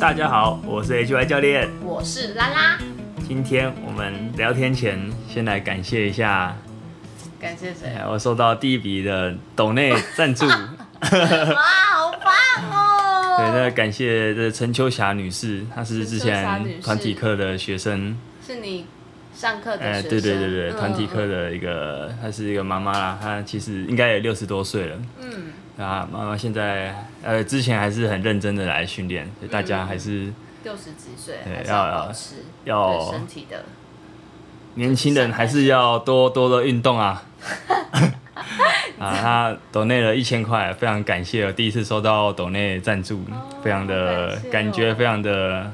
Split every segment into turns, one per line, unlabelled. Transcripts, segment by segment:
大家好，我是 HY 教练。
我是拉拉，
今天我们聊天前，先来感谢一下，
感谢谁？
哎，我收到第一笔的抖内赞 助，对，
哇，好棒哦！
那感谢这陈秋霞女士，她是之
陈秋霞女
前
士
团体课的学生，
是你上课的
哎，
学生，嗯
对对对对，团体课
的，
的一个，她是一个妈妈啦，她其实应该也六十多岁了，
嗯，
啊，妈妈现在呃之前还是很认真的来训练，所以大家还是
六十几岁
对
还是要
哎要哦
保持
要
对身体的，
年轻人还是要多多的运动啊！啊，他抖内了一千块，非常感谢，我第一次收到抖内赞助，非常的
好感谢哦
感觉非常的，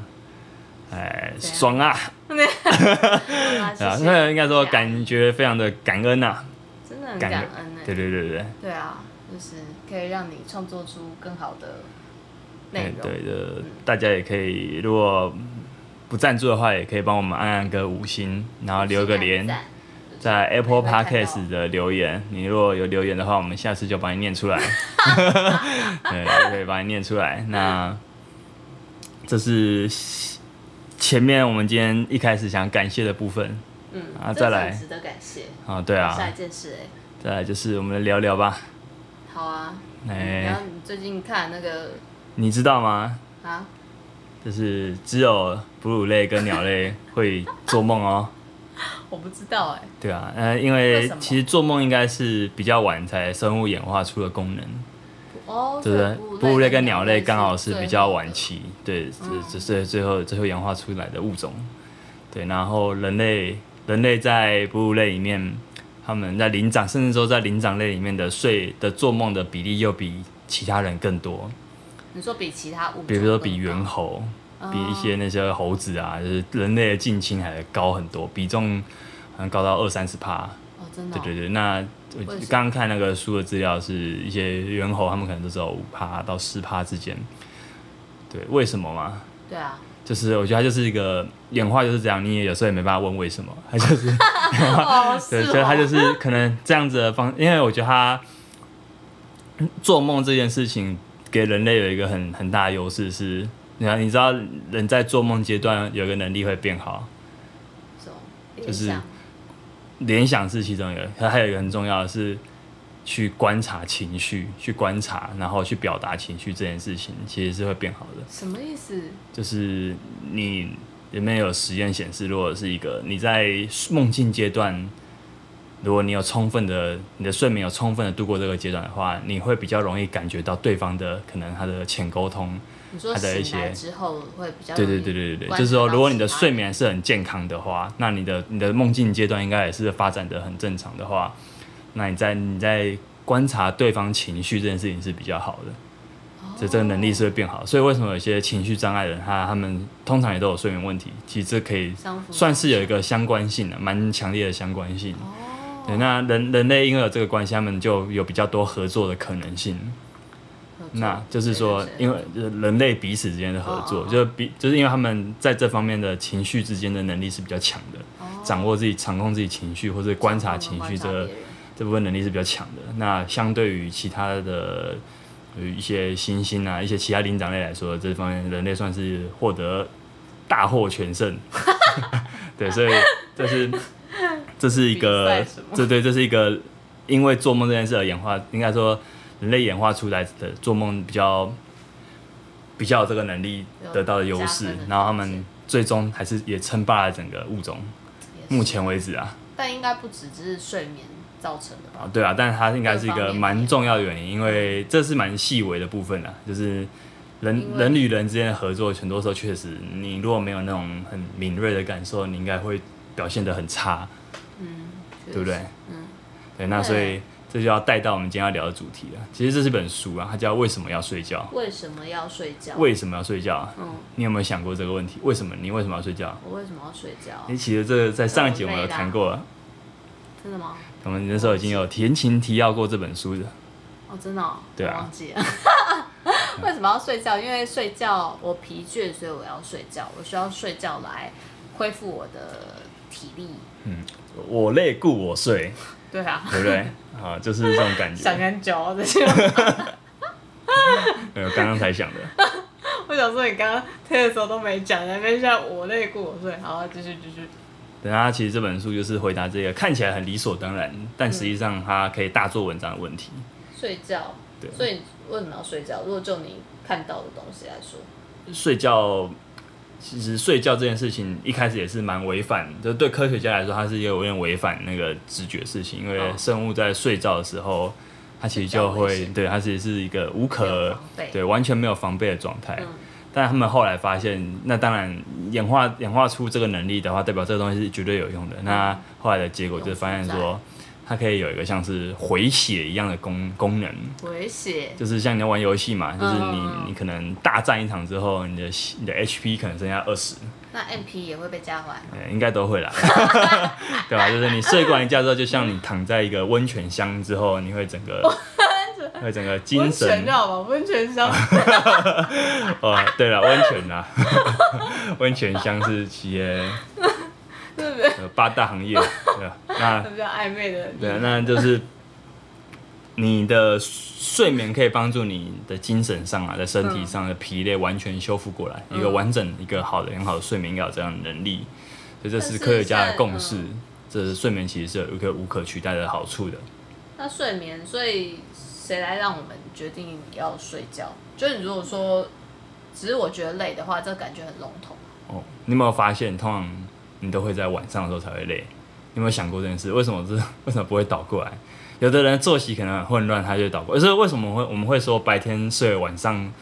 哎，
怎样
爽啊！
啊，嗯谢
啊，
谢
那应该说
大家
感觉非常的感恩呐，
真的很感恩呢。
对对对对，
对啊，就是可以让你创作出更好的内
哎
容，
对的，大家也可以，如果不赞助的话，也可以帮我们按按个五星，然后啊留个
点
言，
赞，
在 Apple
会看到
Podcast 的留言，你如果有留言的话，我们下次就把你念出 来，对，就可以把你念出来。那这是前面我们今天一开始想感谢的部分
嗯，
啊
这
再
是
来
很值得感谢。
啊，对啊，
下一件事哎，
再来就是我们来聊聊吧。
好啊，
哎、
然后你最近看那个
你知道吗？
啊，
就是只有哺乳类跟鸟类会做梦哦。
我不知道哎，
对啊，呃，因
为
为
什么
其实做梦应该是比较晚才生物演化出的功能。
哦，
对不对？哺乳类跟鸟类刚好是比较晚
最后的
期，对，这这是最后最后演化出来的物种。对，然后人类人类在哺乳类里面，他们在灵长，甚至说在灵长类里面的睡的做梦的比例又比其他人更多，
你说比其他物种更高，
比如说比猿猴，比一些那些猴子啊，就是人类的近亲还高很多，比重好像高到二三十帕。
哦，真的、
对
哦，
对对，那我
为什么
刚刚看那个书的资料，是一些猿猴，他们可能都只有五趴到十趴之间。对，为什么嘛？
对啊，
就是我觉得它就是一个演化就是这样，你也有时候也没办法问为什么，它就是
哦，
对，所以它就是可能这样子的方，因为我觉得它嗯做梦这件事情给人类有一个很很大的优势是，你看你知道人在做梦阶段有一个能力会变好，
就是
联想是其中一个，它还有一个很重要的是去观察情绪，去观察，然后去表达情绪这件事情，其实是会变好的。
什么意思？
就是你里面有实验显示，如果是一个你在梦境阶段，如果你有充分的你的睡眠有充分的度过这个阶段的话，你会比较容易感觉到对方的可能他的浅沟通，
你说
它的一
醒来
些
之后会比较
对
容
对
易
对对对对，
观
就是
察
说，
到
如果你的
其他
睡
人
眠是很健康的话，那你的你的梦境阶段应该也是发展的很正常的话，那你在你在观察对方情绪这件事情是比较好
哦
的，所以这个能力是会变好。所以为什么有些情绪障碍的人，他他们通常也都有睡眠问题？其实这可以
相辅
算
相
是有一个相关性的，蛮强烈的相关性。
哦
对，那人人类因为有这个关系，他们就有比较多合作的可能性。
合作
那就是说
对，对对
因为就是人类彼此之间的合
哦
作，
哦哦
就是比就是因为他们在这方面的情绪之间的能力是比较强的，掌握自己、掌控自己情绪或者观察情绪
哦观察
这
别人
这部分能力是比较强的。那相对于其他的呃一些猩猩啊、一些其他灵长类来说，这方面人类算是获得大获全胜。 对，所以这 是这是一个
比赛什么，
这对这是一个因为做梦这件事而演化，应该说人类演化出来的做梦比较比较有这个能力
有
得到的优
加
势
分的，
然后他
条件
们最终还是也称霸了整个物种。
也是
目前为止啊，
但应该不只只是睡眠造成的吧？
啊，对啊，但它应该是一
各
个
方面
蛮重要的原因，因为这是蛮细微的部分啦，就是人
因为
人与人之间的合作，很多时候确实，你如果没有那种很敏锐的感受，你应该会表现得很差，
确
对不对
实？？嗯，
对，那所以
对
这就要带到我们今天要聊的主题了。其实这是本书啊，它叫《为什么要睡觉》。
为什么要睡觉？
为什么要睡觉啊？
嗯，
你有没有想过这个问题？为什么你为什么要睡觉？
我为什么要睡觉？
诶其实这个在上一集我们有
啊
谈过了，
真的吗？
我们那时候已经有前情提要过这本书的。
哦，真的、哦，
对啊
我忘记了。 为什么要睡觉？因为睡觉我疲倦，所以我要睡觉。我需要睡觉来恢复我的体力。
我累故我睡，
对 啊，
对不对？啊，就是这种感觉。
很久这些，
没有，刚刚才想的。
我想说你刚刚推的时候都没讲，在那边像我内裤我睡，好，啊继续继续。
等他其实这本书就是回答这个看起来很理所当然，但实际上它可以大做文章的问题。
睡觉，
对啊
所以你为什么要睡觉？如果就你看到的东西来说，
睡觉，其实睡觉这件事情一开始也是蛮违反，就对科学家来说，它是有点违反那个直觉事情，因为
哦
生物在睡觉的时候，它其实就
比较危
会
险
对它其实是一个无
没有
可
防备
对完全没有防备的状态。
嗯
但他们后来发现，那当然演化演化出这个能力的话，代表这个东西是绝对有用的。那后来的结果就是发现
嗯有存
说，它可以有一个像是回血一样的功功能。
回血，
就是像你要玩游戏嘛，就是你
嗯嗯嗯
你可能大战一场之后，你的你的 HP 可能剩下二十，
那 M P 也会被加回来。
呃应该都会啦， 对吧、就是你睡过一觉之后，就像你躺在一个温泉乡之后，你会整 个会整个精神
好吗？温泉啊 香，
哦，对了，温泉啦， 温泉乡是企业
对不对？
呃八大行业，对吧、那
比较暧昧的，
对啊，那就是你的睡眠可以帮助你的精神上啊，在身体上的疲累完全修复过来，一个完整、一个好的、很好的睡眠应该有这样的能力，所以这
但
是
是
科学家的
像
共识
嗯。
这是睡眠其实是有一个无可取代的好处的。
那睡眠，所以谁来让我们决定你要睡觉？就是你如果说，只是我觉得累的话，这感觉很笼统。
哦，你有没有发现，通常你都会在晚上的时候才会累？你有没有想过这件事？为什么这为什么不会倒过来？有的人作息可能很混乱，他就会倒过来。所以为什么会我们会说白天睡晚上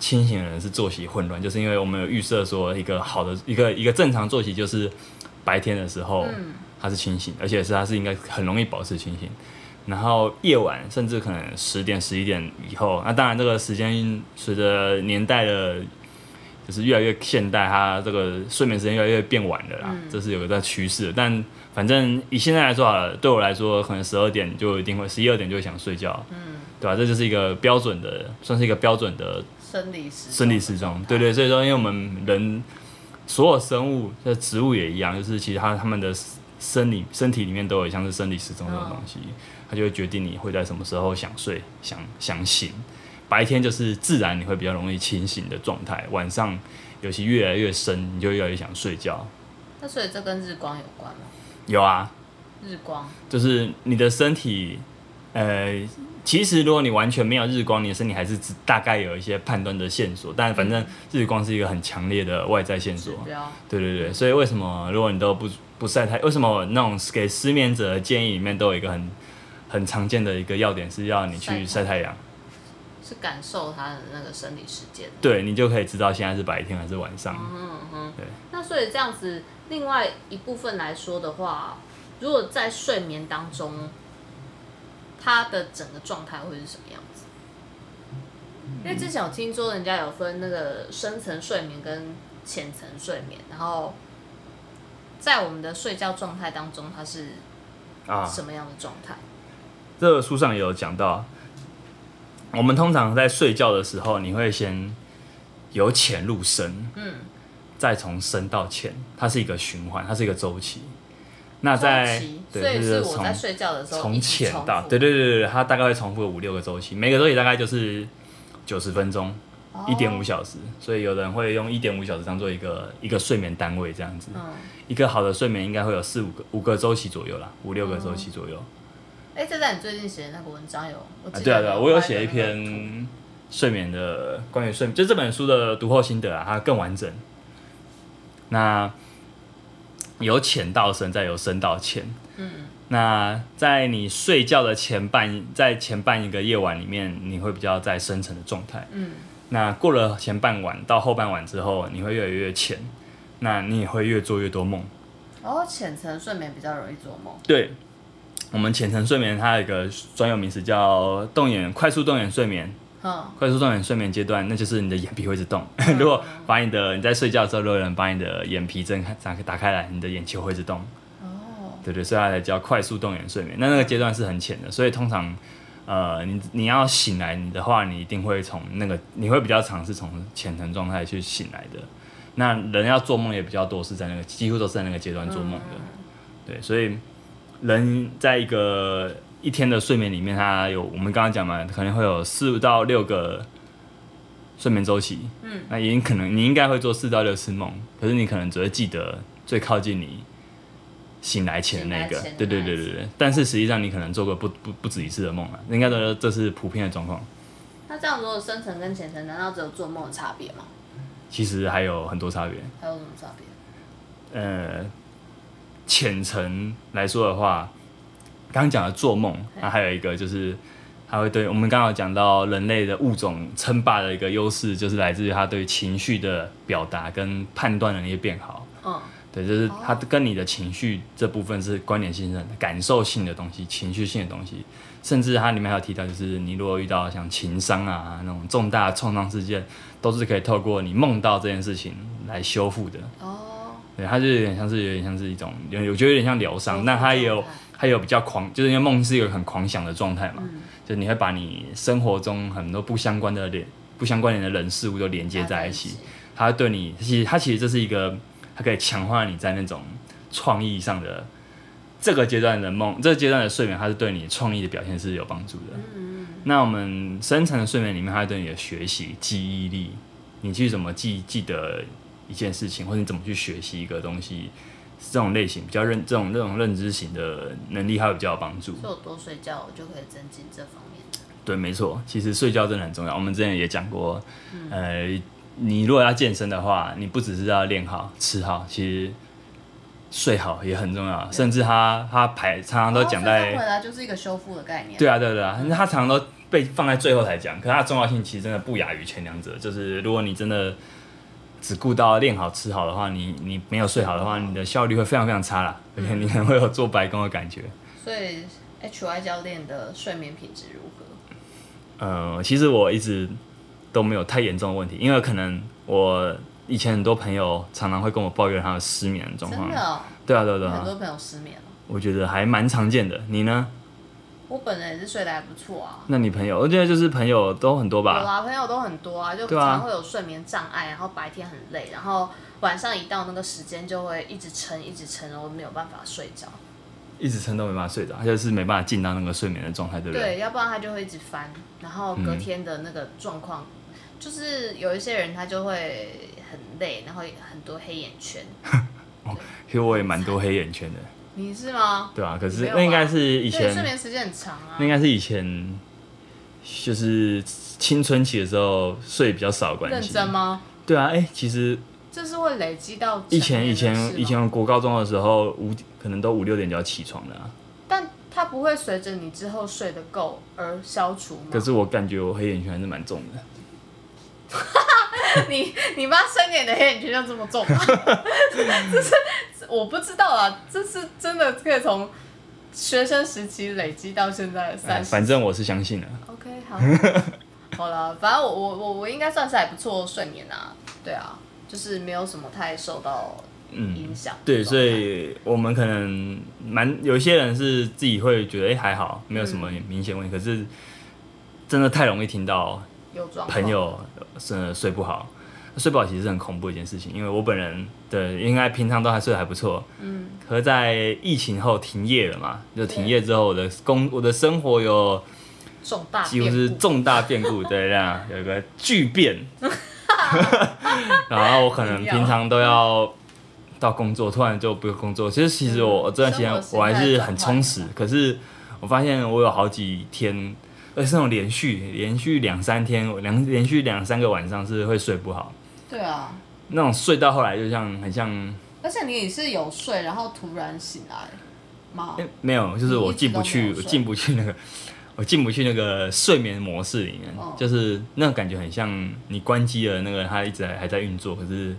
清醒的人是作息混乱？就是因为我们有预设说一个好的一个一个正常作息就是白天的时候他是清醒，而且是他是应该很容易保持清醒。然后夜晚甚至可能十点十一点以后，那当然这个时间随着年代的就是越来越现代，它这个睡眠时间越来越变晚了啦，这是有个在趋势的。但反正以现在来说好了，对我来说可能十二点就一定会，十一二点就会想睡觉，嗯，对吧、这就是一个标准的，算是一个标准的
生理时，
生理时钟，对，对。所以说，因为我们人所有生物，这植物也一样，就是其实它它们的生理身体里面都有像是生理时钟这种东西，它就会决定你会在什么时候想睡、想想醒。白天就是自然你会比较容易清醒的状态，晚上尤其越来越深，你就越来越想睡觉。
那所以这跟日光有关吗？
有啊，
日光，
就是你的身体，呃，其实如果你完全没有日光，你的身体还是只大概有一些判断的线索，但反正日光是一个很强烈的外在线索
指。标，
对对对，所以为什么如果你都不不晒太，为什么那种给失眠者的建议里面都有一个很很常见的一个要点是要你去
晒
晒太阳，
是感受它的那个生理时间。
对你就可以知道现在是白天还是晚上。
那所以这样子，另外一部分来说的话，如果在睡眠当中，他的整个状态会是什么样子？
嗯
因为之前有听说人家有分那个深层睡眠跟浅层睡眠，然后在我们的睡觉状态当中，它是
啊，
什么样的状态？
这个书上也有讲到，我们通常在睡觉的时候，你会先由浅入深，嗯，再从深到浅，它是一个循环，它是一个周期。那在
周期
对
所以
就是从
我在睡觉的时候
从
一直
浅
重
到
复
对对对对，它大概会重复五六个周期，每个周期大概就是九十分钟，
哦
一点五小时，所以有人会用一点五小时当做一个一个睡眠单位这样子。
嗯，
一个好的睡眠应该会有四五个五个周期左右啦，五六个周期左右。
哎、这在你最近写的那个文章有，我
啊
记，
对啊
得
对啊，我有写一篇睡眠的关于睡眠，就这本书的读后心得啊，它更完整。那由浅到深，再由深到浅。嗯，那在你睡觉的前半，在前半一个夜晚里面，你会比较在深层的状态。
嗯，
那过了前半晚到后半晚之后，你会越来越浅，那你也会越做越多梦。
哦，浅层睡眠比较容易做梦，
对，我们浅层睡眠它有一个专有名词叫动眼快速动眼睡眠。
嗯，
快速动眼睡眠阶段，那就是你的眼皮会一直动。 如果把你的你在睡觉的时候，如果有人把你的眼皮睁开打开打开来，你的眼球会一直动。
哦。
对对，所以它才叫快速动眼睡眠。那那个阶段是很浅的，所以通常，呃，你你要醒来你的话，你一定会从那个你会比较尝试从浅层状态去醒来的。那人要做梦也比较多，是在那个几乎都是在那个阶段做梦的。
嗯
对，所以人在一个一天的睡眠里面，他有我们刚刚讲嘛，可能会有四到六个睡眠周期，
嗯，
那也可能你应该会做四到六次梦，可是你可能只会记得最靠近你醒来前的那个
醒来前，的
对对
那
对
一次
对对。但是实际上你可能做过不不不止一次的梦了，应该说这是普遍的状况。
那这样，如果深层跟浅层，难道只有做梦的差别吗？
其实还有很多差别，
还有什么差别？
呃，浅层来说的话，刚刚讲的做梦，那还有一个就是，它会对我们刚刚有讲到人类的物种称霸的一个优势，就是来自于它对情绪的表达跟判断能力变好。
嗯，
对，就是它
哦
跟你的情绪这部分是关联性的、感受性的东西、情绪性的东西，甚至它里面还有提到，就是你如果遇到像情伤啊那种重大创伤事件，都是可以透过你梦到这件事情来修复的。
哦，
对，它就有点像是有点像是一种，有我觉得有点像疗
修
伤，
复
那它也
状
有
态
它也有比较狂，就是因为梦是一个很狂想的状态嘛，
嗯，
就你会把你生活中很多不相关的连不相关联的人事物都连接在一
啊
起，它会对你其实它其实这是一个，它可以强化你在那种创意上的这个阶段的梦，这个阶段的睡眠，它是对你创意的表现是有帮助的。
嗯，嗯
那我们深层的睡眠里面，它对你的学习、记忆力，你去怎么记记得一件事情，或者你怎么去学习一个东西，是这种类型比较认这种这种认知型的能力，它会比较有帮助
嗯，。所以我多睡觉，我就可以增进这方面的。
对，没错，其实睡觉真的很重要。我们之前也讲过，呃，你如果要健身的话，你不只是要练好、吃好，其实睡好也很重要。甚至它它排常常都讲在、
哦所以它回来就是一个修复的概念。
对啊，对啊对啊，他常常都被放在最后才讲，可是它的重要性其实真的不亚于前两者。就是如果你真的只顾到练好吃好的话，你你没有睡好的话，你的效率会非常非常差啦，而
嗯
且你可能会有做白工的感觉。
所以 HY 教练的睡眠品质如何？
呃，其实我一直都没有太严重的问题，因为可能我以前很多朋友常常会跟我抱怨他的失眠的状况
真。的哦、
对啊，对啊，
你
对
很
啊
多，朋友失眠哦
我觉得还蛮常见的。你呢？
我本人也是睡得还不错啊。
那你朋友，我觉得就是朋友都很多
有
吧？
啊，朋友都很多啊，就
对啊
常会有睡眠障碍，然后白天很累，然后晚上一到那个时间就会一直撑，一直撑，然后没有办法睡着。
一直撑都没办法睡着，他就是没办法进到那个睡眠的状态，对不对？
对，要不然他就会一直翻，然后隔天的那个状况，就是有一些人他就会很累，然后很多黑眼圈。
其实我也蛮多黑眼圈的，
你是吗？
对啊， 可是
没有
那应该
吧
是以
对，
前
睡眠时间很长啊
那。应该是以前就是青春期的时候睡比较少的关
认
系。
真吗？
对啊，哎、其实
这是会累积到
以
成
前
年
以
的事
前
吗
以，前国高中的时候五可能都五六点就要起床了啊、
但它不会随着你之后睡得够而消除吗？
可是我感觉我黑眼圈还是蛮重的，
你你妈生给你的黑眼圈就这么重 吗？ 这是我不知道啊，这是真的可以从学生时期累积到现在
哎
三十。
反正我是相信的。
OK，好， 好了，反正我我我我应该算是还不错的睡眠啊，对啊，就是没有什么太受到影响、
嗯对，所以我们可能蛮有一些人是自己会觉得哎、还好，没有什么明显问题，可是真的太容易听到
有状况
朋友
嗯
呃睡不好，睡不好其实是很恐怖的一件事情，因为我本人的应该平常都还睡得还不错，
嗯，
可是在疫情后停业了嘛，就停业之后我的工我的生活有。
重大
几乎
变
是
故
重大变故，对，这样有一个巨变， 然后我可能平常都要到工作，突然就不用工作。其实其实我
嗯
这段时间
生活形态
我还是很充实
转，
可是我发现我有好几天，而且是那种连续连续两三天，我两连续两三个晚上是会睡不好，
对啊，
那种睡到后来就像很像
而且你也是有睡，然后突然醒来吗？
欸没有，就是我进不
哦你
去
一直都没有，
我
睡
进不去那个， 我进不去那个睡眠模式里面，
哦
就是那个感觉很像你关机了，那个它一直还还在运作，可是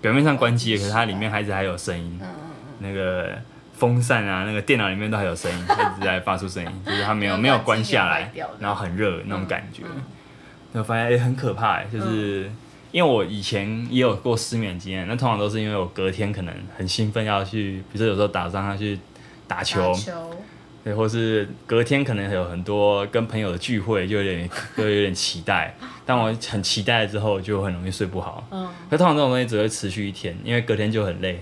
表面上关机了，可是它里面还是还有声音，
哦嗯嗯嗯，
那个风扇啊，那个电脑里面都还有声音，它一直在发出 声音，就是它没有
因为
没有
关
关
机也
下
坏
来
掉了，
然后很热那种感觉，
嗯
那我发现哎、欸很可怕、欸，就是。因为我以前也有过失眠经验，那通常都是因为我隔天可能很兴奋要去，比如说有时候打仗要去打球，
打球
对，或是隔天可能有很多跟朋友的聚会，就有点 就有点期待。但我很期待之后，就很容易睡不好。
嗯，
可通常这种东西只会持续一天，因为隔天就很累，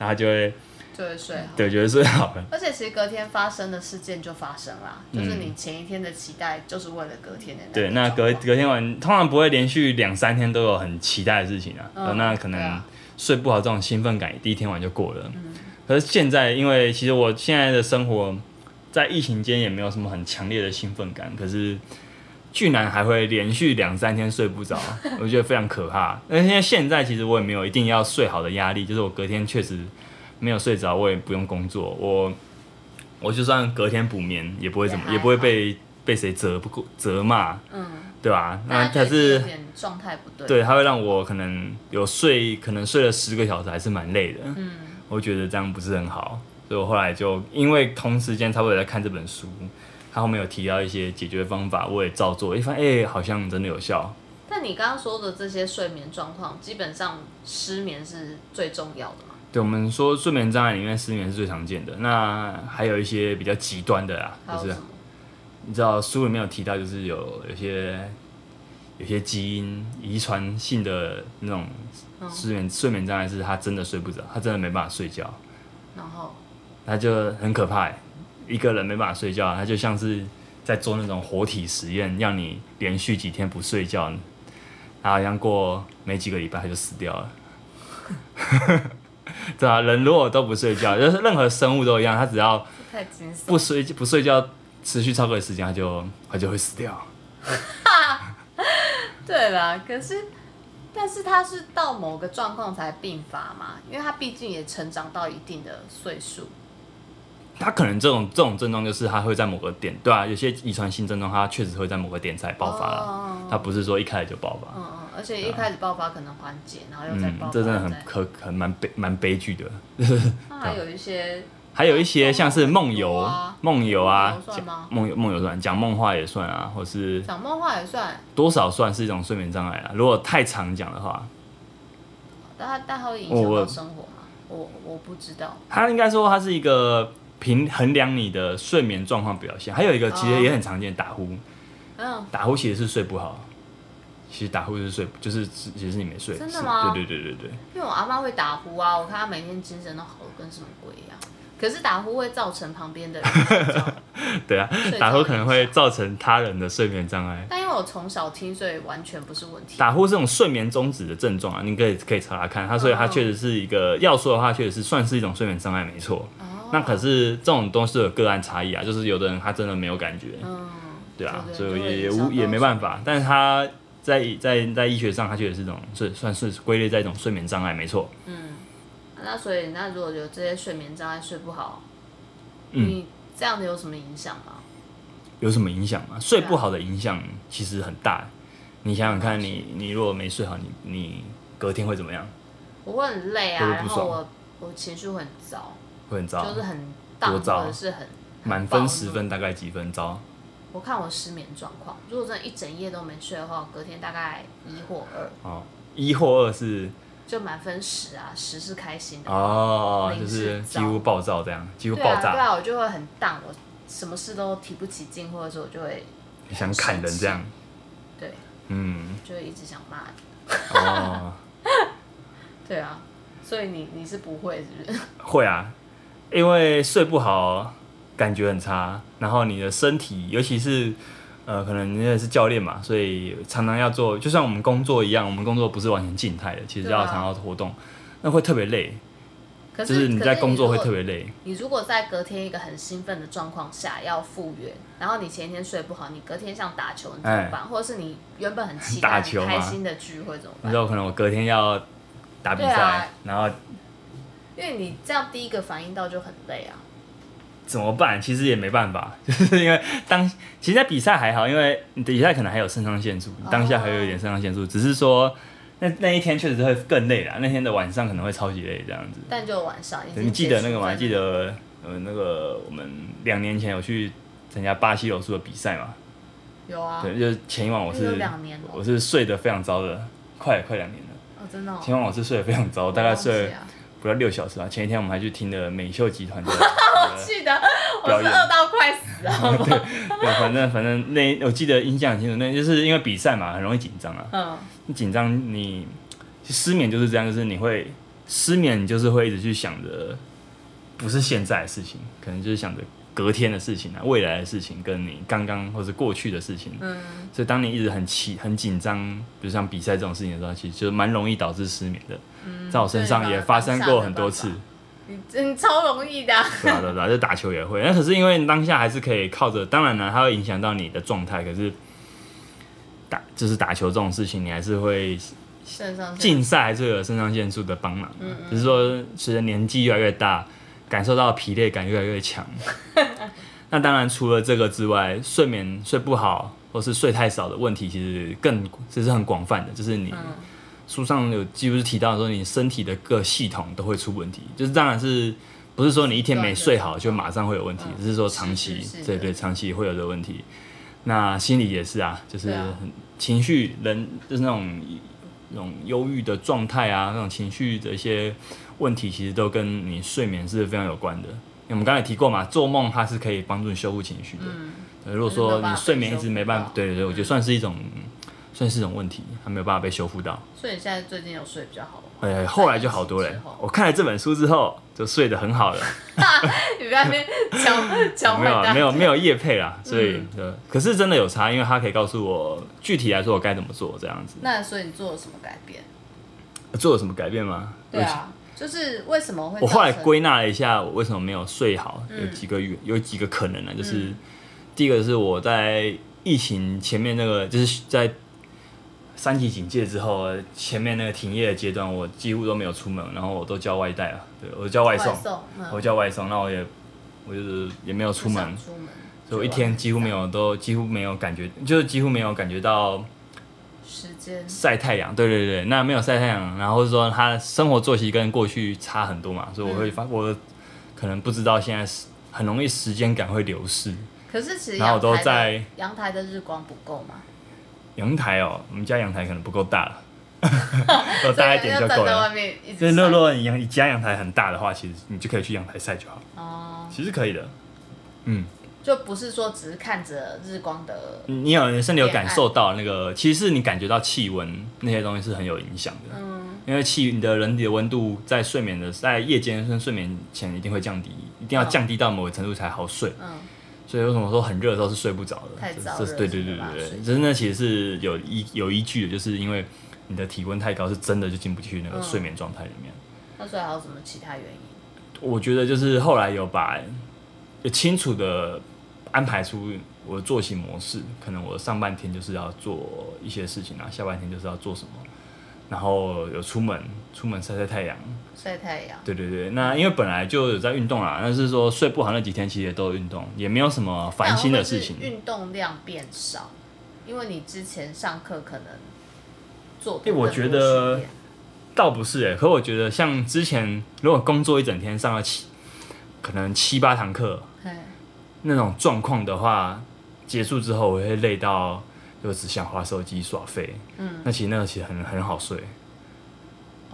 然后就会
就会睡好。
对，觉得睡好了。
而且其实隔天发生的事件就发生啦，就是你前一天的期待，就是为了隔天的
嗯对，
个
那隔
状况
隔天晚通常不会连续两三天都有很期待的事情啊，
嗯
呃那可
对
能
啊嗯
睡不好这种兴奋感，第一天晚就过了。可是现在，因为其实我现在的生活在疫情间也没有什么很强烈的兴奋感，可是居然还会连续两三天睡 不着，我觉得非常可怕。而且现在其实我也没有一定要睡好的压力，就是我隔天确实没有睡着，我也不用工作，我我就算隔天补眠也不会怎么，
也还
也不会被被谁责不责骂。
嗯，
对吧？那
那
可是
有点状态不对，
对，它会让我可能有睡，可能睡了十个小时还是蛮累的。嗯，我觉得这样不是很好，所以我后来就因为同时间差不多也在看这本书，它后面有提到一些解决方法，我也照做，一发现哎、好像真的有效。
但你刚刚说的这些睡眠状况，基本上失眠是最重要的嘛？
对我们说睡眠障碍里面失眠是最常见的，那还有一些比较极端的啦，
还
就
有
是啊
什么？
你知道书里面有提到，就是有有些有些基因遗传性的那种
嗯
失眠、睡眠障碍，是他真的睡不着，他真的没办法睡觉，
然后
他就很可怕欸。一个人没办法睡觉，他就像是在做那种活体实验，让你连续几天不睡觉，他好像过没几个礼拜他就死掉了。 对啊，人如果都不睡觉，就是任何生物都一样，他只要
这太惊悚，
不睡不睡觉持续超过的时间，它就它就会死掉。
对啦，可是，但是他是到某个状况才并发嘛，因为他毕竟也成长到一定的岁数，
它可能这种这种症状就是它会在某个点，对啊，有些遗传性症状它确实会在某个点才爆发了，
哦
它不是说一开始就爆
嗯
发。
嗯，而且一开始爆发可能缓解，然后又再
嗯
爆发，，
这真的很
再
可可蛮悲蛮悲剧的。
那还有一些
还有一些像是梦
梦游
游
啊、
梦游啊
梦游，算
讲
吗
梦游梦游算，讲梦话也算啊，或是
讲梦话也算，
多少算是一种睡眠障碍啊。如果太常讲的话，
但它但它会影响
哦我
到生活嘛？我我不知道，
它应该说它是一个评衡量你的睡眠状况表现。还有一个其实也很常见，打呼。
嗯，
打呼其实是睡不好，其实打呼是睡，就是其实你没睡。
真的
是
吗
对对对对对，
因为我阿妈会打呼啊，我看她每天精神都好的跟什么鬼一样，可是打呼会造成旁边的人睡觉，
对啊
睡，着
打呼可能会造成他人的睡眠障碍。
但因为我从小听，所以完全不是问题。
打呼是种睡眠终止的症状啊，你可以可以查查看，它所以它
哦
确实是一个要说的话，确实是算是一种睡眠障碍，没错。
哦
那可是这种东西有个案差异啊，就是有的人他真的没有感觉，
嗯，
对啊，
对
所以我
就会
也也
影响
无
到
也没办法。但是他在在在医学上，他确实是一种睡算是归类在一种睡眠障碍，没错。
啊那所以那如果有这些睡眠障碍睡不好，
嗯
你这样的有什么影响吗？
有什么影响吗？睡不好的影
啊
响其实很大。你想想看你，你如果没睡好，你你隔天会怎么样？
我会很累啊，
会不会
然
不
后
爽
我我情绪会很糟，
会很糟
就，是很荡
多
或
糟
者是很
满
暴
分
怒
十分大概几分糟？
我看我失眠状况，如果真的一整夜都没睡的话，隔天大概一或二，
哦，一或二是
就满分十啊，十是开心的，
哦，
零
就是是
糟
几乎暴躁这样，几乎
对
爆
啊对
炸，
啊，我就会很荡，我什么事都提不起劲，或者是我就会
想砍人这样。
对，
嗯，
就会一直想骂你，
哦，
对啊，所以你你是不会是不是？
会啊，因为睡不好，感觉很差，然后你的身体，尤其是呃，可能你也是教练嘛，所以常常要做，就像我们工作一样，我们工作不是完全静态的，其实
对啊
要常常活动，那会特别累，
可
就是你在工作会特。
可是如果
别累。
你如果在隔天一个很兴奋的状况下要复原，然后你前一天睡不好，你隔天想打球你怎么办？或者是你原本很期待、
哎打球
很
吗
开心的聚会怎么
你
办
知？道，可能我隔天要打比赛，
对啊
然后
因为你这样第一个反应到就很累啊。
怎么办？其实也没办法， 就是因为当其实，在比赛还好，因为你的比赛可能还有肾上腺素，你当下还有一点肾上腺素，只是说那那一天确实会更累啦，那天的晚上可能会超级累这样子。
但就晚上已经
你记得那个吗？
结束
记得呃那个我们两年前有去参加巴西柔术的比赛嘛？
有啊，
对，就是前一晚我
那
是
有两年了
我是睡得非常糟的，快快两年了。
哦，真的、哦，
前一晚我是睡得非常糟，大概
我忘记
睡
啊
不到六小时吧。前一天我们还去听了美秀集团的
我记得我
表
是
演
饿到快死了，好吗？
对，反正反正那我记得印象很清楚，那就是因为比赛嘛，很容易紧张啊。
嗯，
你紧张你其实失眠就是这样，就是你会失眠，你就是会一直去想着不是现在的事情，可能就是想着隔天的事情啊，未来的事情，跟你刚刚或是过去的事情。
嗯，
所以当你一直很期很紧张，比如像比赛这种事情的时候，其实就蛮容易导致失眠的。
嗯
在我身上
对
也
当
发生
当下
过
没
很多
办
次
法，你真超容易的啊、
对啊对啊对啊，就打球也会。那可是因为当下还是可以靠着，当然了，它会影响到你的状态。可是打就是打球这种事情，你还是会
肾上嗯腺
竞赛还是有肾上腺素的帮忙啊、只是说随着年纪越来越大，感受到疲累感越来越 强。那当然，除了这个之外，睡眠睡不好或是睡太少的问题，其实更这是很广泛的，就是
嗯
你。书上有几乎是提到说，你身体的各系统都会出问题，就是当然是不是说你一天没睡好就马上会有问题，
嗯
只是说长
是
期，
是是的
对对，长期会有的问题。那心理也是啊，就是
对啊
很情绪，人就是那种那种忧郁的状态啊，那种情绪的一些问题，其实都跟你睡眠是非常有关的。因为我们刚才提过嘛，做梦它是可以帮助你修复情绪的。
嗯
对如果说你睡眠一直没办法，对对对，我觉得算是一种，算是一种问题，它没有办法被修复到。
所以你现在最近有睡比较好吗？
哎、 后来就好多了
之后。
我看了这本书之后，就睡得很好 了。
你在那边 讲讲
没有
坏
啊
蛋，
没有没有夜配啦，所以、
嗯
呃，可是真的有差，因为它可以告诉我具体来说我该怎么做，这样子。
那所以你做了什么改变？
做了什么改变吗？
对啊，就是为什么会
我后来
造成嗯
归纳了一下，我为什么没有睡好，有几个原，有几个可能呢、啊就是、第一个是我在疫情前面那个，就是在三级警戒之后，前面那个停业的阶段，我几乎都没有出门，然后我都叫外带了，对我叫外送，
送，嗯
我叫外送，那我也我就是也没有出门，
不想出门，
所以我一天几乎没有都几乎没有感觉，就是几乎没有感觉到
时间，
晒太阳，对对对，那没有晒太阳，然后说他生活作息跟过去差很多嘛，所以我会发、我可能不知道现在是很容易时间感会流逝。
可是其实
然后我都
阳台的
在
阳台的日光不够嘛，
阳台哦，我们家阳台可能不够大了，我大一点就
所以要
够
站在
了。
外面一直
所以
晒
若若你阳你家阳台很大的话，其实你就可以去阳台晒就好，
哦，
其实可以的。嗯，
就不是说只是看着日光的，
你有你身体有感受到那个，其实是你感觉到气温那些东西是很有影响的。
嗯，
因为气你的人体的温度在睡眠的在夜间跟睡眠前一定会降低，一定要
嗯
降低到某个程度才好睡。
嗯，
所以为什么说很热的时候是睡不着的？
太燥
这
热
这对对
是
对
没办法
对
睡
对，真的其实是有依有依据的，就是因为你的体温太高，是真的就进不去那个
嗯
睡眠状态里面。
那所以还有什么其他原因？
我觉得就是后来有把有清楚的安排出我的作息模式，可能我上半天就是要做一些事情啊，下半天就是要做什么，然后有出门出门晒晒太阳，
晒太阳，
对对对，那因为本来就有在运动啦，但是说睡不好那几天其实也都有运动，也没有什么烦心的事情
那。会不会是运动量变少，因为你之前上课可能做
哎
多
我觉得倒不是哎、可我觉得像之前如果工作一整天上了七，可能七八堂课
很多训练，
那种状况的话，结束之后我会累到就只想划手机耍废。
嗯，
那其实那个其实很很好睡，
嘿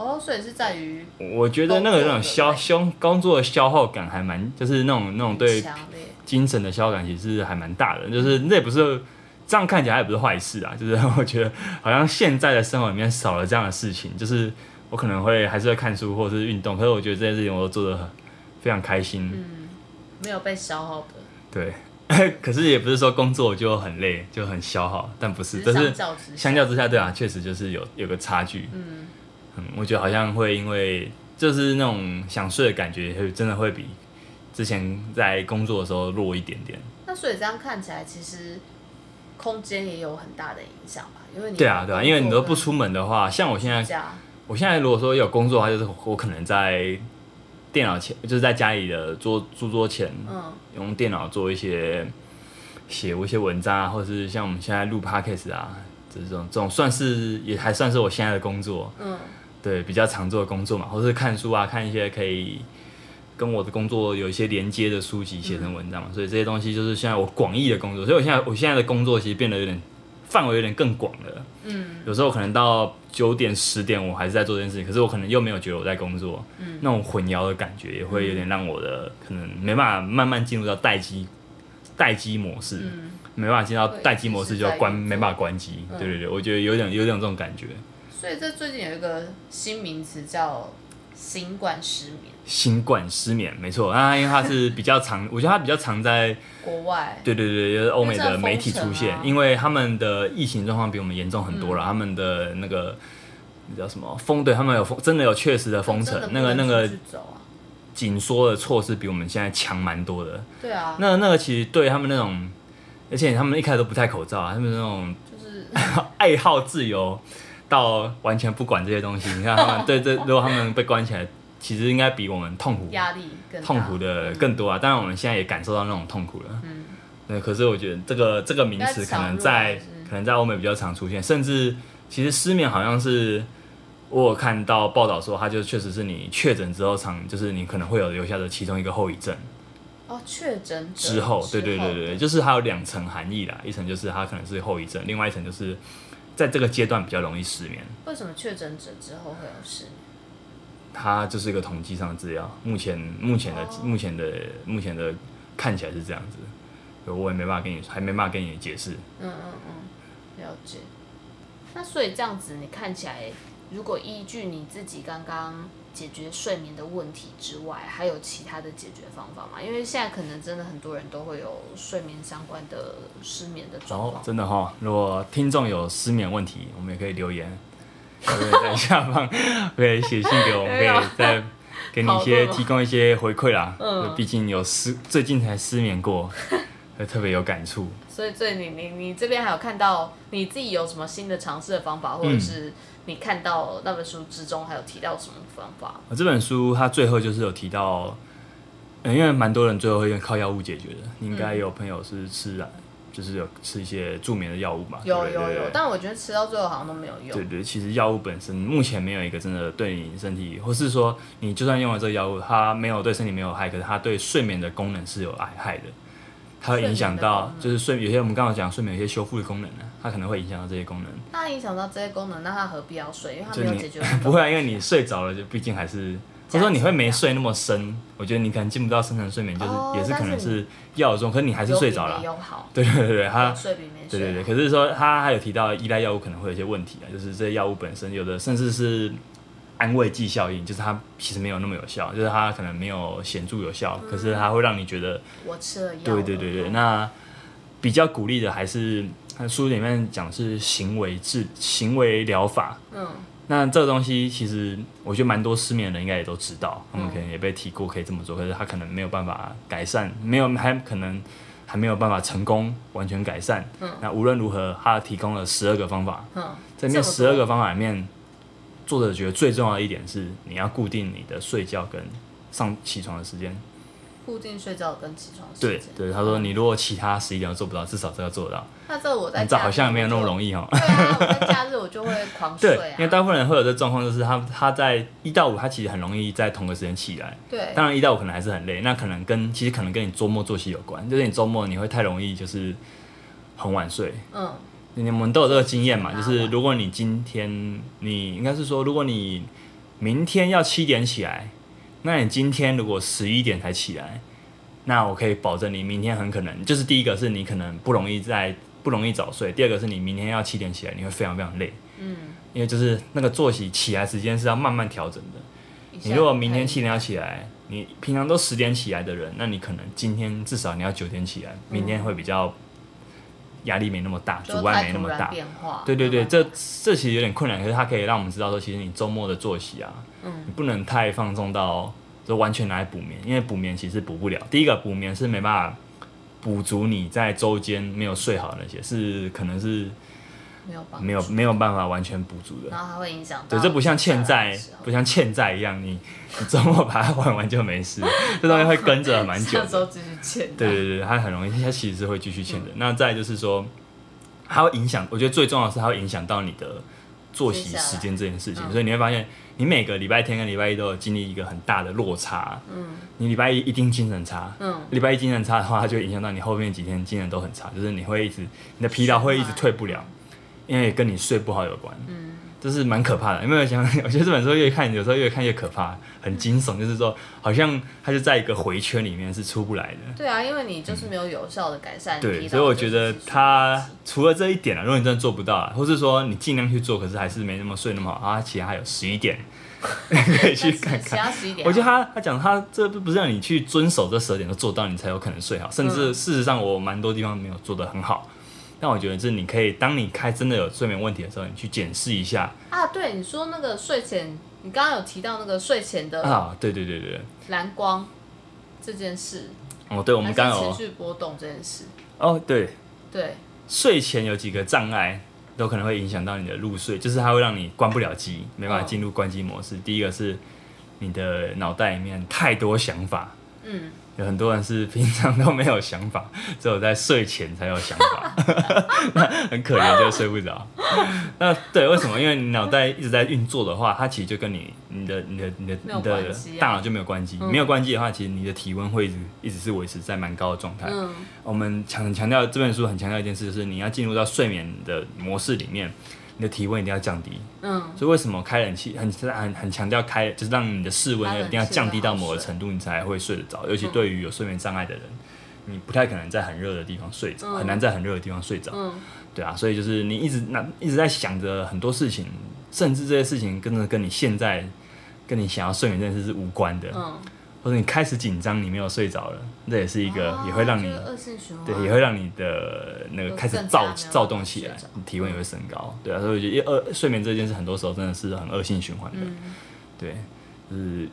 哦，所以是在于
我觉得那个
工作的
那种消
累
消工作的消耗感还蛮，就是那种那种嗯对
强烈，
精神的消耗感其实还蛮大的，
嗯
就是那也不是这样看起来也不是坏事啊，就是我觉得好像现在的生活里面少了这样的事情，就是我可能会还是会看书或者是运动，可是我觉得这件事情我都做的非常开心，
嗯，没有被消耗的，
对。 可是也不是说工作就很累就很消耗，但不是，
只
但是
相较之下
相较之下，对啊，确实就是有有个差距。
嗯，
嗯，我觉得好像会因为就是那种想睡的感觉，会真的会比之前在工作的时候弱一点点。
那所以这样看起来，其实空间也有很大的影响吧？因为你
对啊，对啊，因为你都不出
出
门的话，像我现在，
家，
我现在如果说有工作的话，就是我可能在电脑前，就是在家里的桌书桌前，
嗯，
用电脑做一些写一些文章啊，或者是像我们现在录 podcast 啊，这种这种算是也还算是我现在的工作，
嗯，
对，比较常做的工作嘛，或是看书啊，看一些可以跟我的工作有一些连接的书籍写成文章嘛，所以这些东西就是现在我广义的工作，所以我现在我现在的工作其实变得有点范围有点更广了，
嗯，
有时候可能到九点十点我还是在做这件事情，可是我可能又没有觉得我在工作，
嗯，
那种混淆的感觉也会有点让我的可能没办法慢慢进入到待机待机模式，
嗯
没办法进到待机模式就要关
会一直在运
没
作
办法关机，
嗯
对对对，我觉得有点有点这种感觉。
所以这最近有一个新名词叫新冠失眠，
新冠失眠，没错啊，因为它是比较常， 我觉得它比较常在
国外
对对对，就是欧美的媒体出
因为这封
现
城啊，嗯
因为他们的疫情状况比我们严重很多了，他们的那个那叫什么封，对他们有封，真的有确实的封城，
哦真
那
的
个那
不能
个
出去走啊，
紧缩的措施比我们现在强蛮多的。
对啊，
那那个其实对他们那种，而且他们一开始都不戴口罩啊，他们那种
就是
爱好自由到完全不管这些东西，你看他们对这，如果他们被关起来，其实应该比我们痛苦
压力更大
痛苦的更多啊。当然我们现在也感受到那种痛苦了。
嗯，
对，可是我觉得这个这个名词可能在
比较常用是
可能在欧美比较常出现，甚至其实失眠好像是我有看到报道说，它就确实是你确诊之后常就是你可能会有留下的其中一个后遗症
哦，确诊者
之后，对对对
之后
对，就是它有两层含义啦，一层就是它可能是后遗症，另外一层就是在这个阶段比较容易失眠，
为什么确诊者之后会有失眠？
它就是一个统计上的资料，目前目前
哦
的、目前的目前的看起来是这样子，我也没办法跟你还没办法跟你解释。
嗯嗯嗯，了解。那所以这样子，你看起来，如果依据你自己刚刚解决睡眠的问题之外，还有其他的解决方法吗？因为现在可能真的很多人都会有睡眠相关的失眠的状
哦，
况。
真的哈、如果听众有失眠问题，我们也可以留言，可以在下 方可以写信给我们，可
没有
以再给你一
讨
些
论吗
提供一些回馈啦。
嗯
毕竟有失，最近才失眠 过，会特别有感触。
所以，所以你你你这边还有看到你自己有什么新的尝试的方法，或者是你看到那本书之中还有提到什么方法？
我这本书它最后就是有提到，呃因为蛮多人最后会靠药物解决的，你应
嗯
该有朋友是吃啊，就是有吃一些助眠的药物嘛？
有
啊对不对
有
对对
有，但我觉得吃到最后好像都没有用。
对对，其实药物本身目前没有一个真的对你身体，或是说你就算用了这个药物，它没有对身体没有害，可是它对睡眠的功能是有害害的，它会影响到就是睡，有些我们刚刚讲睡眠有些修复的功能呢、它可能会影响到这些功能。
那影响到这些功能，那他何必要睡？因为他
就
没有
你
解决问题
不会、啊，因为你睡着了，就毕竟还是。
加
或者说你会没
强
睡那么深，我觉得你可能进不到深层睡眠，就是、
哦
也是
但
可
是
能
你
是药中，可是你还是
有
睡
比
着
没
了。
有好，
对对对对，它
有睡比没睡好。
对对对，可是说他还有提到依赖药物可能会有一些问题啊，就是这些药物本身有的甚至是安慰剂效应，就是它其实没有那么有效，就是它可能没有显著有效，可是它会让你觉得，
我吃了药了。嗯
对对对对，那比较鼓励的还是他书里面讲的是行为治行为疗法，
嗯，
那这个东西其实我觉得蛮多失眠的人应该也都知道，
嗯
他们可能也被提过可以这么做，可是他可能没有办法改善，没有还可能还没有办法成功完全改善。
嗯
那无论如何，他提供了十二个方法，
哼，
在
这
面
么多
十二个方法里面，作者觉得最重要的一点是你要固定你的睡觉跟上起床的时间。
固定睡觉跟起床时
对
间。
对，他说你如果其他十一点都做不到，至少这个做得到。
那这我在
这好像没有那么
易。
容易哦。
对啊，我在假日我就会狂
对
睡，啊。
因为大部分人会有这状况，就是他他在一到五，他其实很容易在同个时间起来。
对
当然一到五可能还是很累，那可能跟其实可能跟你周末作息有关，就是你周末你会太容易就是很晚睡。
嗯，
你们都有这个经验嘛？
嗯
就是如果你今天你应该是说，如果你明天要七点起来，那你今天如果十一点才起来，那我可以保证你明天很可能就是第一个是你可能不容易在不容易早睡，第二个是你明天要七点起来，你会非常非常累。
嗯，
因为就是那个作息起来时间是要慢慢调整的。
一下
你如果明天七点要起来，你平常都十点起来的人，那你可能今天至少你要九点起来，明天会比较压力没那么大，
就
阻碍
太
没那
突
么
然
大。
变化。
对对对，
嗯
这这其实有点困难，可是它可以让我们知道说，其实你周末的作息啊，
嗯
你不能太放纵到就完全拿来补眠，因为补眠其实补不了。第一个补眠是没办法补足你在周间没有睡好的那些，是可能是
没有帮助
没有，没有办法完全补足的。
然后它会影响到。
对，这不像欠债
的时候，
不像欠债一样，你你周末把它还完就没事，这东西会跟着蛮久
下
的。
周继续欠。
对，对对，它很容易，它其实是会继续欠的。那再就是说，它会影响，我觉得最重要的是它会影响到你的作息
接下来
时间这件事情，
嗯
所以你会发现，你每个礼拜天跟礼拜一都有经历一个很大的落差。嗯，你礼拜一一定精神差，
嗯，
礼拜一精神差的话，它就会影响到你后面几天精神都很差，就是你会一直你的疲劳会一直退不了，因为跟你睡不好有关。嗯，这是蛮可怕的。有没有想？ 我觉得这本书越看，有时候越看越可怕，很惊悚，就是说好像它就在一个回圈里面是出不来的。
对啊，因为你就是没有有效的改善。你
对，
疲
所以
劳
我
就
觉
是
得
持续累
他
积
除了这一 点啊，如果你真的做不到啊，或是说你尽量去做，可是还是没那么睡那么好啊，其他还有十一点、可以去
但是
看看
其。他十一点，啊
我觉得他他讲他这不是让你去遵守这十二点都做到，你才有可能睡好。甚
嗯
至事实上，我蛮多地方没有做得很好。但我觉得是你可以，当你开真的有睡眠问题的时候，你去检视一下
啊，对你说那个睡前，你刚刚有提到那个睡前的
啊，对对对对，
蓝光这件事，
哦，对，我
我
们刚刚
持
有
续波动这件事，
哦，对，
对，
睡前有几个障碍都可能会影响到你的入睡，就是它会让你关不了机，没
哦
办法进入关机模式。第一个是你的脑袋里面太多想法，
嗯，
有很多人是平常都没有想法，只有在睡前才有想法， 那很可怜，就睡不着。那对，为什么？因为你脑袋一直在运作的话，它其实就跟你、你的、你的、你的、
没有
你的
关系啊
大脑就没有关机。
嗯
没有关机的话，其实你的体温会一直一直是维持在蛮高的状态。
嗯，
我们强强调这本书很强调一件事，就是你要进入到睡眠的模式里面，你的体温一定要降低。
嗯，
所以为什么开冷气很很很强调开，就是让你的室
开冷
温
气
一定要降低到某个程度，你才会睡得着。尤其对于有睡眠障碍的人，你不太可能在很热的地方睡着，
嗯
很难在很热的地方睡着。
嗯，
对啊，所以就是你一直那一直在想着很多事情，甚至这些事情跟着跟你现在跟你想要睡眠这件事是无关的，
嗯，
或者你开始紧张，你没有睡着了，这也是一个、
啊
也会让你
这个恶性循环，
对，也会让你的那个
哦有
开始
更加没
躁
有
躁动
办法
起
睡
来
着，
你体温也会升高。对啊，所以我觉得恶睡眠这件事，很多时候真的是很恶性循环的。
嗯，
对，就是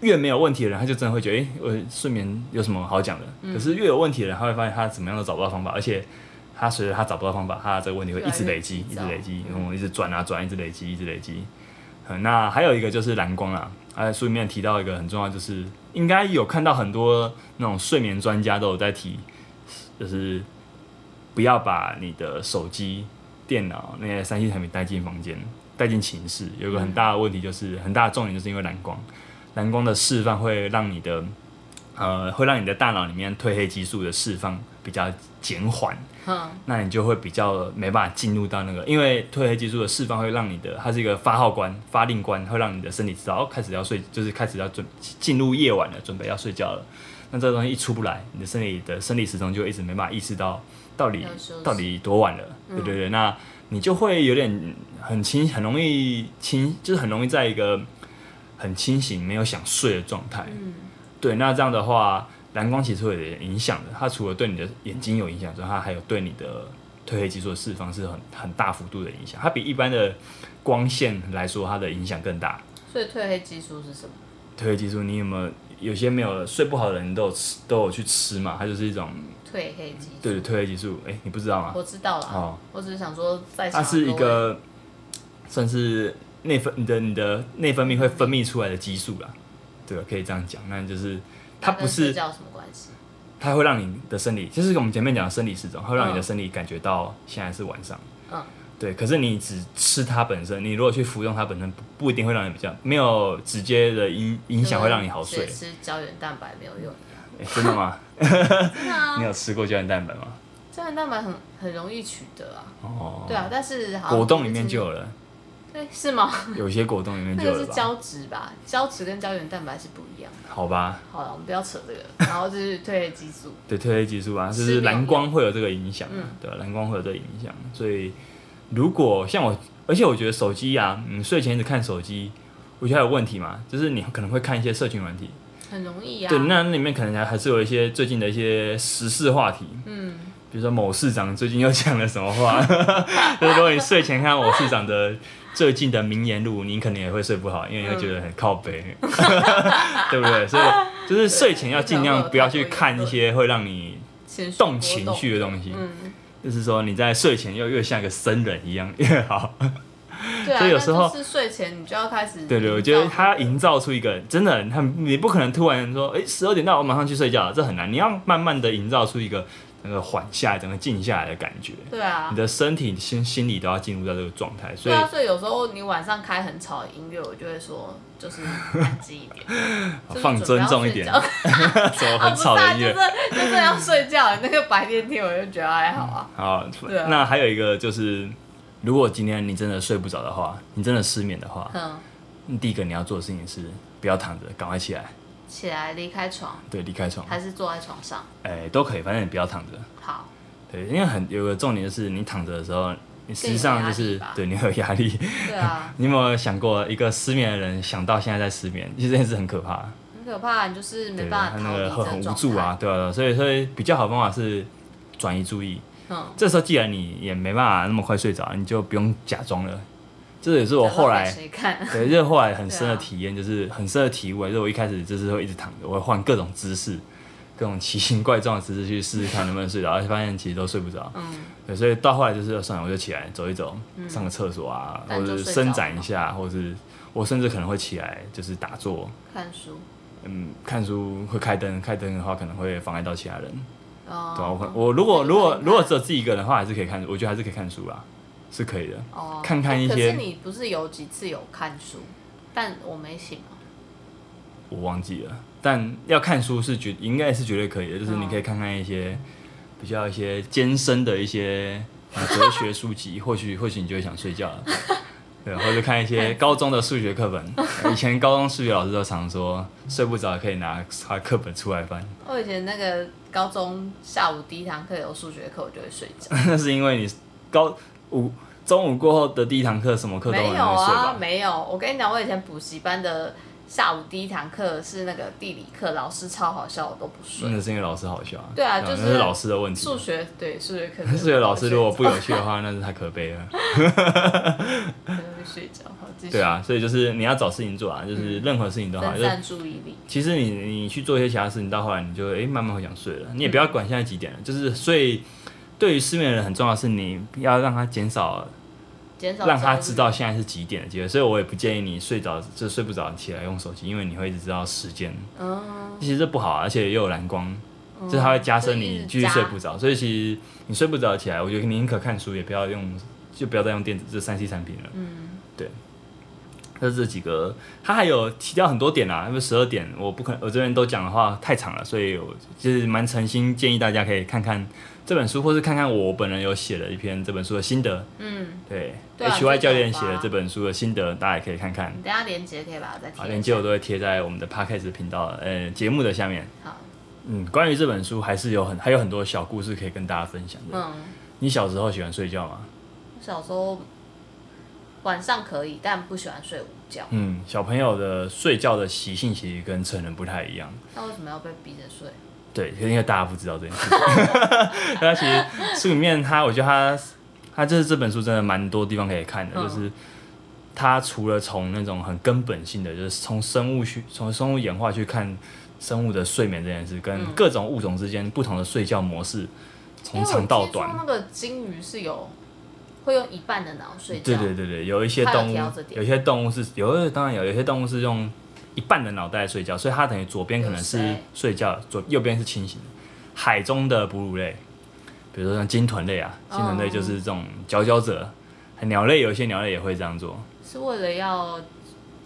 越没有问题的人，他就真的会觉得，诶，我睡眠有什么好讲的？
嗯
可是越有问题的人，他会发现他怎么样都找不到方法，而且他随着他找不到方法，他这个问题会一直累积，一
越
直
来越
累积
急，躁
然后一直转啊转，一直累积，一直累积。嗯，那还有一个就是蓝光啦，啊，书里面提到一个很重要，就是应该有看到很多那种睡眠专家都有在提，就是不要把你的手机、电脑那些三 C 产品带进房间、带进寝室。有个很大的问题就是，很大的重点就是因为蓝光，蓝光的释放会让你的呃，会让你的大脑里面褪黑激素的释放比较减缓，
哼，
那你就会比较没办法进入到那个，因为褪黑激素的释放会让你的，它是一个发号官、发令官，会让你的身体知道哦，开始要睡，就是开始要准进入夜晚了，准备要睡觉了。那这个东西一出不来，你的身体的生理时钟就一直没办法意识到到底
要休息
到底多晚了，对对对，那你就会有点很清，很容易清，就是很容易在一个很清醒、没有想睡的状态。
嗯，
对，那这样的话，蓝光其实会有点影响的。它除了对你的眼睛有影响之外，它还有对你的褪黑激素的释放是很很大幅度的影响。它比一般的光线来说，它的影响更大。
所以褪黑激素是什么？
褪黑激素，你有没有有些没有睡不好的人都有吃都有去吃嘛？它就是一种
褪黑激素，
对褪黑激素，哎、你不知道吗？
我知道了，
哦
我只是想说在场
它
的
是一
各位
个算是内分你的你的内分泌会分泌出来的激素啦，对吧？可以这样讲，那就是它
跟
不是
睡觉有什么关系？
它会让你的生理，就是我们前面讲的生理时钟，它会让你的
嗯
生理感觉到现在是晚上。
嗯，
对，可是你只吃它本身，你如果去服用它本身，不不一定会让你比较没有直接的影影响，会让你好睡
就。是啊吃胶原蛋白没有用，
诶真的吗？
嗯 真的 啊
你，有吃过胶原蛋白吗？
胶原蛋白很很容易取得啊，
哦，
对啊，但是好像
果冻里面就
不
有了，
是对是吗？
有些果冻里面
那
就有
个是
了吧？
胶质吧？胶质跟胶原蛋白是不一样的。
好吧，
好了，我们不要扯这 个。然后就是褪黑激素，
对，褪黑激素啊，就
吃
是
没有
蓝光会有这个影响，
嗯
对吧，啊蓝光会有这个影响，所以如果像我，而且我觉得手机啊，你睡前一直看手机，我觉得还有问题嘛，就是你可能会看一些社群软体，
很容易啊呀、
对，那那里面可能还还是有一些最近的一些时事话题，
嗯，
比如说某市长最近又讲了什么话， 就是如果你睡前看某市长的最近的名言录，你可能也会睡不好，因为你会觉得很靠 背，对不对？所以就是睡前要尽量不要去看一些会让你
情绪
动
波
情绪的东西，
嗯，
就是说你在睡前又越像个僧人一样 越好。
对啊，
所以有时候
那就是睡前你就要开始，
对对，我觉得他营造出一个真的，他你不可能突然说，哎，十二点到，我马上去睡觉了，这很难。你要慢慢的营造出一个那个缓下来、整个静下来的感觉，
对啊
你，的身体、心心理都要进入到这个状态。所
对
以
啊，所以有时候你晚上开很吵的音乐，我就会说就是安静一 点，就是
放
准备
尊
要
重一
睡
点
觉
什 么
啊，
很
不是
吵的
啊，
音
就是
乐。
就是要睡觉，那个白天听我就觉得还好啊，
好
对啊，
那还有一个就是，如果今天你真的睡不着的话，你真的失眠的话，
嗯，
第一个你要做的事情是不要躺着，赶快起来，
起来离开床
对，离开床，
还是坐在床上，
哎，都可以，反正你不要躺着。
好，
对，因为很有个重点就是，你躺着的时候，你实际上就是对
更有压力吧
你会有压力。
对啊，
你有没有想过，一个失眠的人想到现在在失眠， 其实这件事很可怕，
很可怕，你就是没
对，
办
他
法
那
逃
个会
离这个
很无
状
助啊
态。，
对啊，所以所以比较好的方法是转移注意。
嗯，
这时候既然你也没办法那么快睡着，你就不用假装了。这也是我后来
想到给谁看？
对，这是后来很深的
对啊
体验，就是很深的体悟。就是我一开始就是会一直躺着，我会换各种姿势，各种奇形怪状的姿势去试试看能不能睡着，而且发现其实都睡不着。
嗯，
对，所以到后来就是算了，我就起来走一走，上个厕所啊，
但
或者
嗯就是睡
伸
着
展一
了
下，或者是我甚至可能会起来就是打坐，
看书。
嗯，看书会开灯，开灯的话可能会妨碍到其他人，
哦
对啊吧、我可我如果如果如果只
这
有自己一个人的话，还是可以看，我觉得还是可以看书啦，是可以的。
哦，
看看一些
可是你不是有几次有看书，但我没醒啊吗？
我忘记了，但要看书是绝应该是绝对可以的，
嗯
就是你可以看看一些比较一些艰深的一些呃哲学书籍， 或许或许你就会想睡觉了， 对，或者看一 些高中的数学课本，呃以前高中数学老师都常说睡不着可以拿他课本出来翻，
我以前那个高中下午第一堂课有数学课，我就会睡觉。
那是因为你高午中午过后的第一堂课什么课都很
没
容易
有
睡
啊
吧，？
没有。我跟你讲，我以前补习班的下午第一堂课是那个地理课，老师超好笑，我都不睡。
那是因为老师好笑啊，
对啊就
那
是
是老师的问题。
数学对数学课，
嗯 数学老师如果不有趣 的话，
啊
那是太可悲了。
可能会睡着，好继续
对啊，所以就是你要找事情做啊，就是任何事情都好。
嗯分
就是
散注意力。
其实你你去做一些其他事情，到后来你就哎、诶慢慢会想睡了，
嗯
你也不要管现在几点了。就是所以对于失眠的人很重要的是你要让他减少，
减少
让他
焦虑
知道现在是几点的机会。所以我也不建议你睡着就睡不着起来用手机，因为你会一直知道时间，
嗯，
其实这不好啊、而且又有蓝光，
嗯
就是它会加深
就是一
你
直
继续睡
加
不着。所以其实你睡不着起来，我觉得你宁可看书，也不要用，就不要再用电子这三 C 产品了。
嗯
这是这几个，他还有提到很多点啦，因为十二点我不可能，我这边都讲的话太长了，所以我就是蛮诚心建议大家可以看看这本书，或是看看我本人有写了一篇这本书的心得，
嗯，
对
对啊
h Y 教练
这
写
个有吧
的这本书的心得，大家也可以看看
你。等一下连接可以把它再
好，
贴
链
一
接
下。
我都会贴在我们的 Podcast 频道呃节目的下面。
好，
嗯，关于这本书还是有很还有很多小故事可以跟大家分享的。
嗯。
你小时候喜欢睡觉吗？
小时候晚上可以，但不喜欢睡午觉。
嗯，小朋友的睡觉的习性其实跟成人不太一样。
那为什么要被逼着睡？
对，因为大家不知道这件事情。 他其实书里面他，我觉得他他就是这本书真的蛮多地方可以看的，
嗯
就是他除了从那种很根本性的，就是从生物去从生物演化去看生物的睡眠这件事，跟
嗯
各种物种之间不同的睡觉模式，从长到短
因为。我听说那个鲸鱼是有会用一半的脑睡觉。
对对对对，有一些
它有
动物
调这，点
有一些动物是有的，当然有，有一些动物是用一半的脑袋睡觉，所以它等于左边可能
有
是
谁
睡觉，左右边是清醒的。海中的哺乳类，比如说像鲸豚类啊，
哦
鲸豚类就是这种佼佼者。鸟类有一些鸟类也会这样做，
是为了要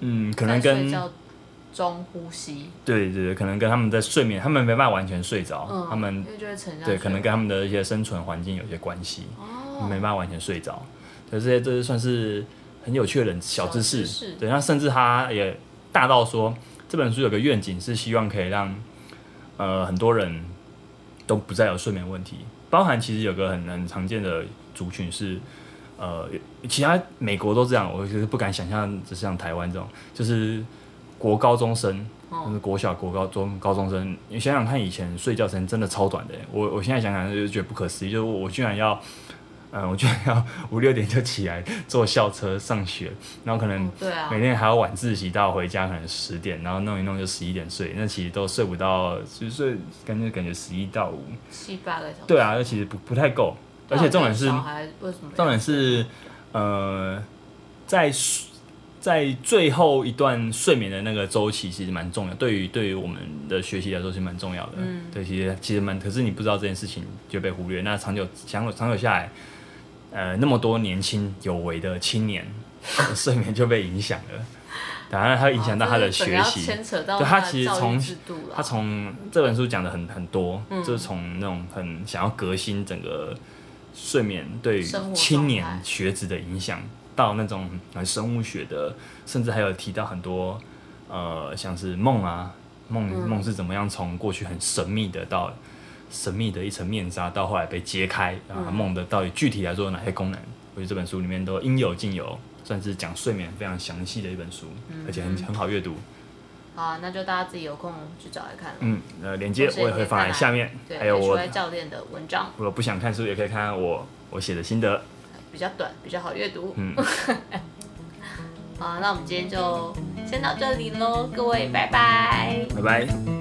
嗯，可能
在
跟
睡觉中呼吸。
对对对，可能跟他们在睡眠，他们没办法完全睡着，
嗯，
哦他们
因为就会沉下
对
去
可能跟他们的一些生存环境有些关系，
哦
没办法完全睡着。所以这些这些算是很有趣的人小知识。
小知识
对，那甚至他也大到说，这本书有个愿景是希望可以让呃很多人都不再有睡眠问题，包含其实有个很很常见的族群是。呃，其他美国都这样，我就是不敢想象，就像台湾这种，就是国高中生，
哦
就是国小、国高中、高中生，你想想看，以前睡觉时间真的超短的耶。我我现在想想就觉得不可思议，就是我我居然要，嗯，我居然要五六点就起来坐校车上学，然后可能
哦对啊
嗯每，天还要晚自习到回家可能十点，然后弄一弄就十一点睡，那其实都睡不到，就是睡感觉感觉十一到五。
七八个小时。
对啊，那其实不不太够，而且重点是
那我觉得小孩为什么要？
重点是，呃，在睡在最后一段睡眠的那个周期，其实蛮重要，对于对于我们的学习来说是蛮重要的。
嗯
对，其实其实蛮，可是你不知道这件事情就被忽略。那长久长久长久下来，呃，那么多年轻有为的青年， 睡眠就被影响了，当然它会影响到他的
哦这
学
是整个
习。
要牵扯到
对他
的
其实
教育
从
制度了。
他从这本书讲的很很多，
嗯
就是从那种很想要革新整个睡眠对于
生活状态
青年学子的影响，到那种呃生物学的，甚至还有提到很多呃像是梦啊，梦
嗯
梦是怎么样从过去很神秘的到
嗯
神秘的一层面纱，到后来被揭开啊，梦的到底具体来说有哪些功能？我觉得这本书里面都应有尽有，算是讲睡眠非常详细的一本书，
嗯
而且很很好阅读。
好啊，那就大家自己有空去找来看了。
嗯，呃，链接我也会放在下面，
对，
还有
也
我
是位教练的文章
如果不想看书，也可以看看我我写的心得。
比较短，比较好阅读。
嗯，
好啊，那我们今天就先到这里喽，各位，拜拜。
拜拜。